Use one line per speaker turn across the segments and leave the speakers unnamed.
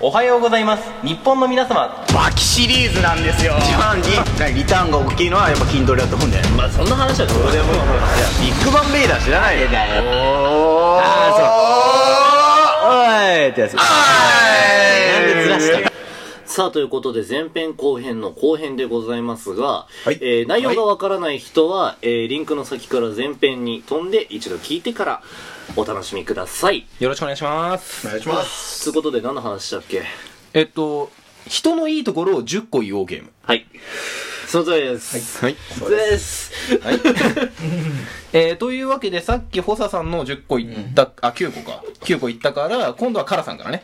おはようございます日本の皆様
バキシリーズなんですよ
一番にリターンが大きいのはやっぱ筋トレだと思うんだよね
まあそんな話はどうでもいい
ビッグバンベイダー知らないよ
お
あーおーいってやつなんでずらしたの
さあ、ということで、前編後編の後編でございますが、
はい
えー内容がわからない人は、えーリンクの先から前編に飛んで、一度聞いてから、お楽しみください。
よろしくお願いします
お願いします
ということで、何の話したっけ
えっと人のいいところを10個言おうゲーム
はい。その通りです。
はい
そうです。
えー、というわけでさっきホサさんの10個言った、あ9個か9個言ったから今度はカラさんからね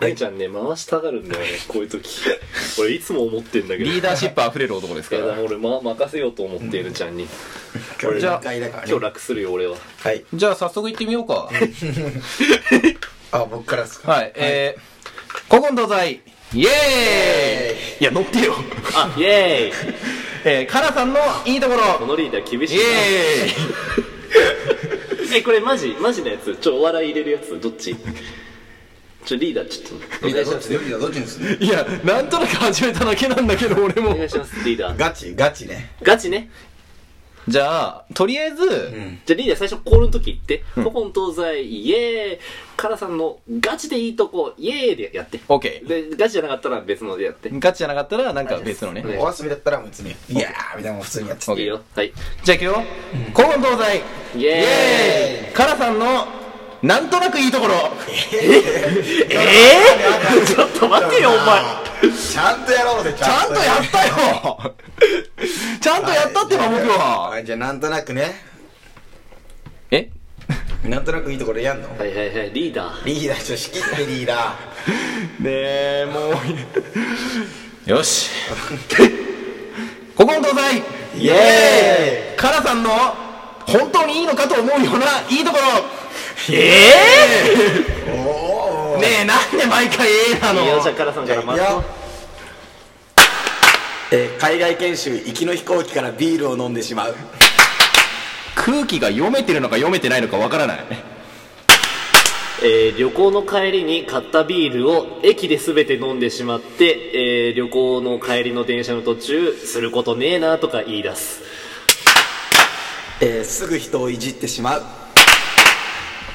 大ちゃんね、回したがるんだよね、こういう時。 俺、いつも思ってんだけど。
リーダーシップあふれる男ですか
いや
ら
俺、ま、任せようと思っているちゃんに。
じゃあ
回だからね
今日楽するよ、俺は。
はい
じゃあ早速行ってみようか
あ僕からですか
はい、えー、古今東西、イエーイいや、乗ってよ。
あ、 イェーイ
えー、カラさんのいいとこ
こ
ろ、
のリーダー厳
イ
しいな。
エーイ
えこれマジマジのやつちょお笑い入れるやつどっ ちちょリーダーちょっとお願いします
リーダーどっちにする
いや、なんとなく始めただけなんだけど、俺
お
も
願い。しますリーダー
ガチガチね
ガチね
じゃあ、とりあえず、
じゃあリーダー最初コールの時言って古今東西イエーイカラさんのガチでいいとこイエーイでやって
オッケ
でガチじゃなかったら別のでやって
ー。ガチじゃなかったら、なんか別のね。
はい
お遊びだったらもう別にいやーみたいなのも普通にやって
オッ
い
ケ
い
ー。
よはい
じゃあ行くよ。古今東西、
イエ
ーイカラさんの、なんとなくいいところ。
ええちょっと待てよお前
ちゃんとやろうぜち
ちゃんとやったよちゃんとやったってば、僕は。
いじゃあなんとなくね
え
なんとなくいいところやんの
はいはいはいリーダー
リーダーちょっと仕切ってリーダ
ねえもうよし古今東西
ーイエ
カラさんの本当にいいのかと思うようないいところえ
ーイ
え
おー
ねえなんで毎回ええない
いよじゃあ
の
カラさんから
い
ま
やえー海外研修行きの飛行機からビールを飲んでしまう
空気が読めてるのか読めてないのかわからない
えー旅行の帰りに買ったビールを駅で全て飲んでしまって、えー旅行の帰りの電車の途中することねえなとか言い出す
えーすぐ人をいじってしまう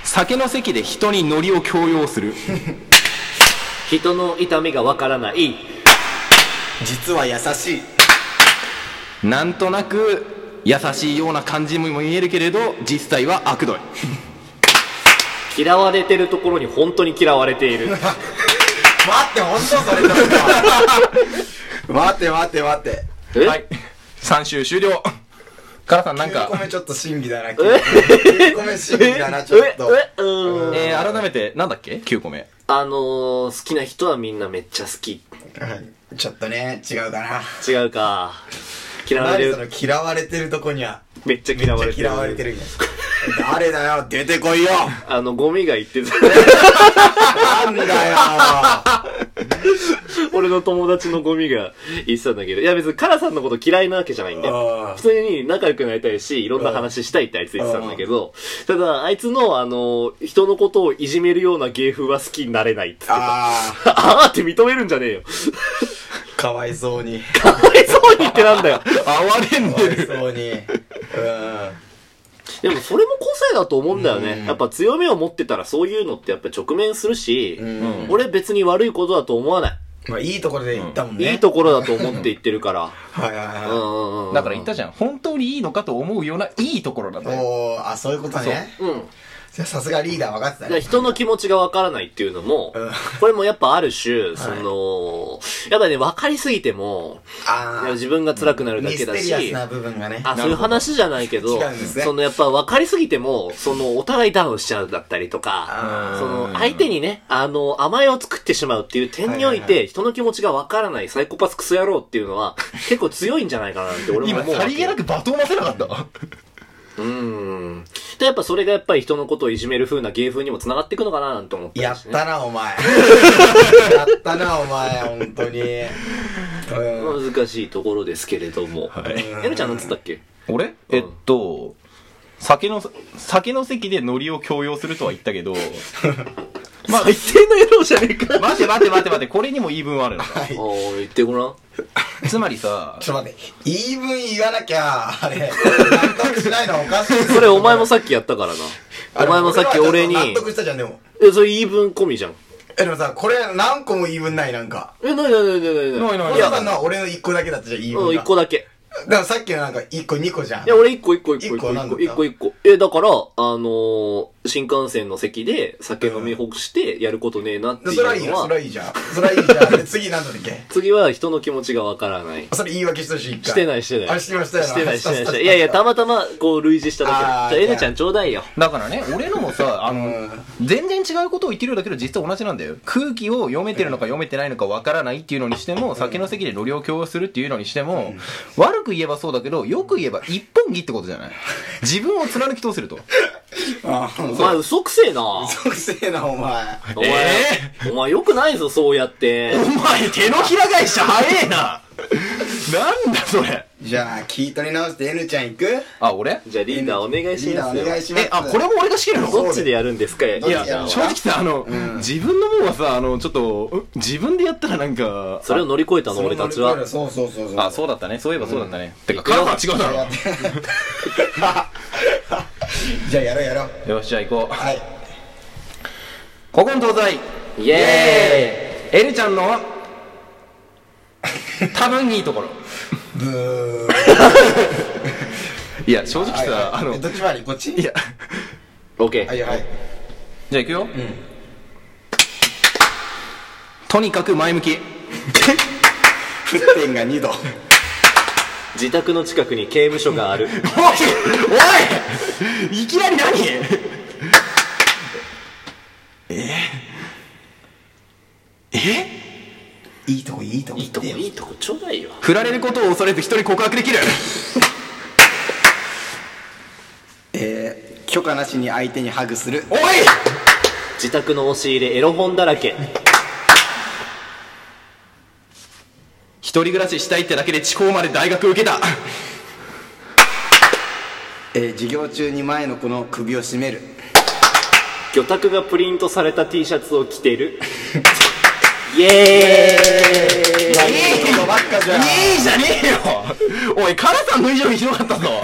酒の席で人にノリを強要 する
人の痛みがわからない
実は優しい
なんとなく優しいような感じにも見えるけれど実際は悪どい
嫌われてるところに本当に嫌われてい る
待って本当そ れだ待って待って待って
え、
はい3周終了カラさんなん
9
か
個目ちょっと審議だな9個目審議だなちょっと
ええうーん
えー、改めて、なんだっけ ?9 個目。
あのー、好きな人はみんなめっちゃ好き
はいちょっとね違うかな
違うか嫌われ
何そ
る
の嫌われてるとこには
めっちゃ嫌わ
め
れ
ってちゃ
る
嫌われてるんや誰だよ出てこいよ
あのゴミが言ってた
なんだよ
俺の友達のゴミが言ってたんだけど、いや別にカラさんのこと嫌いなわけじゃないんだよ
あ。ー
普通に仲良くなりたいし、いろんな話したいってあいつ言ってたんだけど、ただ、あいつの、あの、人のことをいじめるような芸風は好きになれないって言ってた。
あ
ああーって認めるんじゃねえよ。
ーかわいそうに
かわいそうにってなんだよ。
哀れん
かわいそうにうん
でもそれも個性だと思うんだよね。やっぱ強みを持ってたらそういうのってやっぱ直面するし、俺別に悪いことだと思わない。
まあいいところで言ったもんね
いいところだと思って言ってる から。
はいはい
うん
は
うんう ん。
だから言ったじゃん。本当にいいのかと思うような、いいところなん
い
だよ。
おーあそういうことね
うん。
じゃあさすがリーダー分かってた
だから
ね
人の気持ちがわからないっていうのも
うん、
これもやっぱある種、その、やっぱね、わかりすぎても、
ああ
自分が辛くなるだ
ミ
け
ス
だ
テリアス
し、
な部分がね
あ、そういう話じゃないけど
違うんです、ね
そのやっぱ分かりすぎても、そのお互いダウンしちゃうだったりとか
あ、ー
その相手にね、あの、甘えを作ってしまうっていう点におい
はいはい
て、人の気持ちがわからないサイコパスクソ野郎っていうのは、結構強いんじゃないかなって俺も
今、
思うわ
さ
け。
りげなく罵倒ませなかった。
うん。で、やっぱそれがやっぱり人のことをいじめる風な芸風にも繋がっていくのかななんて思って
や
ま
っ
すね
たなお前やったなお前本当にうん
難しいところですけれども。
はい
えるちゃんなんつったっけ
俺えっと、 酒の、酒の席でノリを強要するとは言ったけど、まあ
最低の野郎じゃねえか。
待て待て待て待て、これにも言い分はあるのか。
はい。
おい、言ってごらん。
つまりさ、
ちょっと待って、言い分言わなきゃ、あれ、納得しないのはおかしい。
それお前もさっきやったから
あ
な。
れ、
お前もさっき俺に、
納得したじゃん、でも。
え、それ言い分込みじゃん。
え、でもさ、これ何個も言い分ない、なんか。
え、なになになになに
ないない
お
ない
いや
父、さんのは俺の1個だけだったじゃん、言い
うん、
分
一
が。
個だけ。
だからさっきのなんか1個2個じゃん。
いや、俺一個一個一個
一
一
個
個
なん
一
だ
個一個一個。え、だから、あのー、新幹線の席で酒飲みほぐしてやることねえなって
で
い
それはいいうよ、
の
それ
は、
はいいじゃん。それはいいじゃん。で、次なんだっけ
次は人の気持ちがわからない。
それ言い訳したし、一回。
してないしてない
あれしてましたよな。
してないしてないしてない。い
や
やいや、たまたまこう類似しただけ
あー
だ。じゃあ、えなちゃんちょうだいよ。
だからね、俺のも さ、あの
ん、
全然違うことを言ってるようだけど、実は同じなんだよ。空気を読めてるのか読めてないのかわからないっていうのにしても、酒の席で度量を共有するっていうのにしても、悪く言えばそうだけど、よく言えば一本木ってことじゃ ない自分を貫き通せると。
あ
お
ー、
前嘘くせえな。
そう。くせえな、お前。
お前、お前よくないぞ、そうやって。
お前、手のひら返し早えな なんだそれ
じゃあ、気取り直して N ちゃん行く
あ、俺
じゃあ、リーダーお願いし
リーダ
ます
ーお
よ。
願いします。
え、あ、これも俺が仕切るの
どっちでやるんですかい
ど
い
っちで
や、
やるの
正直さ、あの、
ん
自分のもんはさ、あの、ちょっと、う自分でやったらなんか、
それを乗り越えたの、俺たちは。
そうそうそうそう。
あ、そうだったね。そういえばそうだったね。てか、カラは違うだろ。
じゃあやろうやろう。
よし、じゃあ行こう。
はい。
古今東西、
イエ
エルちゃんの、多分いいところ。
ブー。
いや、正直
はい
さ、
はい
あの、い
えどっち回りこっち
や、
ーイオッケ
は
ー。
いはい。
じゃあ行くよ。とにかく前向き。
沸点が2度。
自宅の近くに刑務所がある。
おいおいいきなり何ええ
いいとこいいとこ。
いいとこ、いいとこ、ちょうだいよ。
振られることを恐れず人に告白できる
えー、許可なしに相手にハグする。
おい
自宅の押し入れ、エロ本だらけ。
一人暮らししたいってだけで地方まで大学受けた
えー、授業中に前の子の首を絞める。
魚拓がプリントされた T シャツを着て る。イエーイ
いいことばっかじゃん。
いいじゃねえよおい、カラさんの以上にひどかった ぞ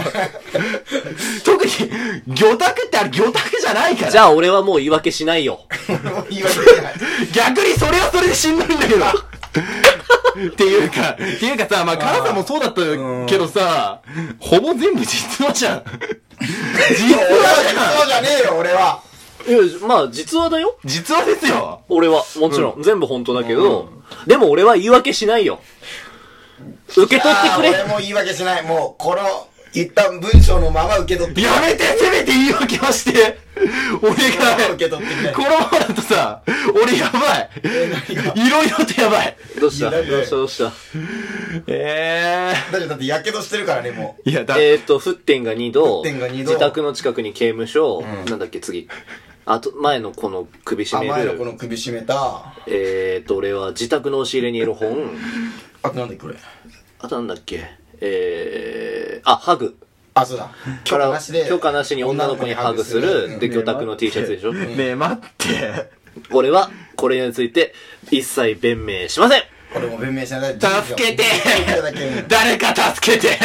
特に、魚拓ってあれ魚拓じゃないから
じゃあ俺はもう言い訳しないよ。
もう言い訳じゃない。
逆にそれはそれでしんどいんだけどっていうか、っていうかさ、まあ、カラさんもそうだったけどさ、ほぼ全部実話じゃん。実
俺は
話じゃん
そうじゃねえよ、俺は。
いや、まあ実話だよ。
実話ですよ
俺は、もちろん。全部本当だけど、でも俺は言い訳しないよ。受け取ってく
あー俺
れ。
も言い訳しない。もう、この、一旦文章のまま受け取って。
やめてせめて言い訳はして俺が、
受け取ってくれ
このままだとさ、俺やばいいろいろとやばい
どうした
いや
ど
いうやいや
したどうした
え
だって、だって、やけどしてるからね、も
えー。いや、だ、
えっと、沸点が2度、
沸点が二度
自宅の近くに刑務所、なんだっけ次。あと、前のこの首
う。
絞
あ、
め
前の
る
子。の首絞めた。
えっと、俺は自宅の押し入れにエロ本。
あとなんだっけ、これ。
あとなんだっけえー、あ、ハグ。
あ、そうだ。許可なしで。
許可なしに女の子にハグする。で、魚拓の T シャツでしょ。
ねえ、待って。
俺は、これについて、一切弁明しません
俺も弁明しなさい。
助けて
授業 だけ
誰か助けて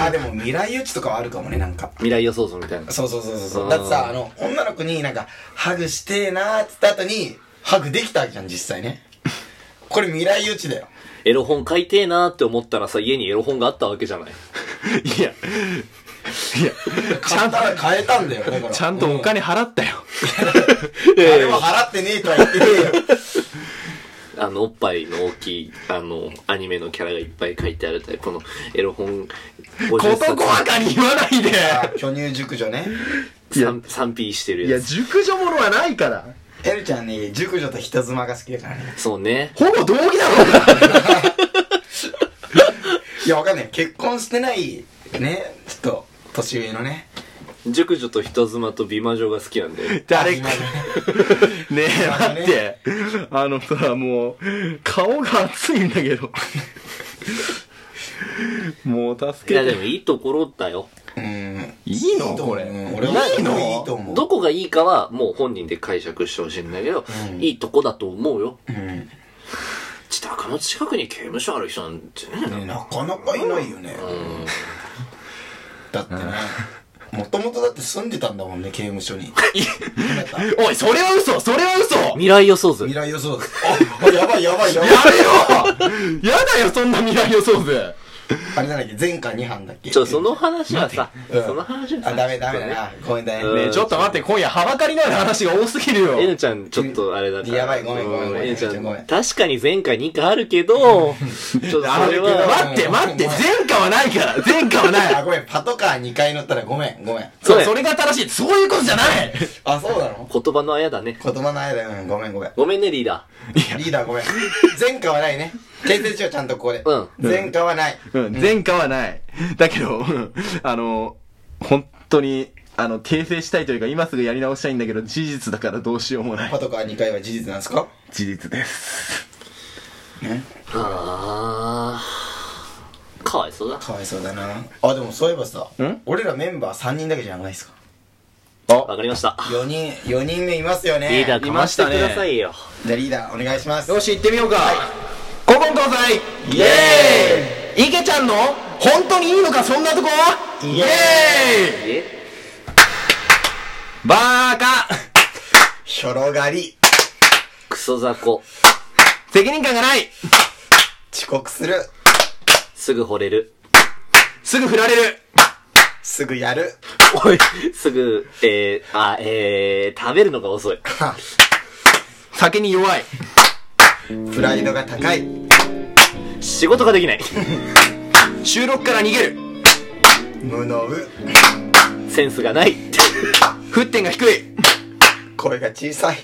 あ、でも未来予知とかはあるかもね、なんか。
未来予想図みたいな。
そうそうそうそうそうう。
ん
だってさ、あの、女の子になんか、ハグしてーなーっつった後に、ハグできたわけじゃん、実際ね。これ未来予知だよ。
エロ本買いてえなーって思ったらさ、家にエロ本があったわけじゃない。
いや、いや、ちゃ
買
ん
っ
と
たら変えたんだよ、だから。
ちゃんとお金払ったよ。
あれは払ってねえとは言ってねえよ。
あの、おっぱいの大きい、あの、アニメのキャラがいっぱい書いてあるタイプのエロ本
事
50
細かに言わないで
あ巨乳熟女ね。
冊賛否してるやつ。
熟女ものはないから。
エルちゃんね、熟女と人妻が好きだからね。
そうね。
ほぼ同義だ ろ
いや、わかんない。結婚してない、ね、ちょっと、年上のね。
熟女と人妻と美魔女が好きなんだ よ。
誰
あ
か
今。ね
ねえ、
あの
待
ね
って。あのさ、もう、顔が熱いんだけど。もう
い
助
や、
け
で
て。
もいいところだよ。
うーん。
いい
い
の
いと思う
これ。
俺はい
いの
いいと思う
どこがいいかは、もう本人で解釈してほしいんだけど、
うん
いいとこだと思うよ。
うん
自宅の近くに刑務所ある人なんてね。
ねなかなかいないよねだってねもともとだって住んでたんだもんね刑務所にあな た
おい、それは嘘それは嘘や
未来予想図。
未来予想図あやばいやばいやばい
めよやだよ、そんな未来予想図
あれなんだっけ前科2班だっけ
ちょ、その話はさ、
うん
その話はさ、
あダメダメだなごめんだ
うん
ね
ねえちょっと待って、今夜はばかりのある話が多すぎるよ。
N ちゃん、ちょっとあれだから。
やばいごめんごめんごめん
N ちゃん
ごめん、
確かに前回2回あるけど、ちょっと
あ
それは、
待って待って、
うん
前科はないから前科はな
あ
い
ごめんパトカー2回乗ったらごめんごめん
そう、それが正しいそういうことじゃない
あそうなの
言葉のあやだね。
言葉の間だよごめんごめん
ごめんね、リーダ
リーダーごめん前科はないね訂正しようちゃんとここで
うん
前科はない
うん、前科はない。だけど、うんあの、本当に、あの、訂正したいというか、今すぐやり直したいんだけど、事実だからどうしようもな
パ
い。
トカー2回は事実なんですか
事実です。
ー。あー。かわいそうだ。
かわいそうだなあでもそういえばさ
ん
俺らメンバー3人だけじゃないですか
わ
あ、
かりました。
4人4人目いますよね
リーダー、
い
か
ま
ま
し
して
た
く
ね
ださいよ。
じゃあリーダーお願いします
よし、行ってみようか。古今東西
イエ
ーイ池ちゃんの本当にいいのか、そんなとこイエーイ
え
バーカ
ひょろがり
クソ雑魚。
責任感がない
遅刻する
すぐ惚れる。
すぐ振られる
すぐやる
おい、すぐ、えー、あ、えー、食べるのが遅い。
は
酒に弱い
プライドが高い
仕事ができない。
収録から逃げる
無能
センスがない。
沸点が低い
声が小さい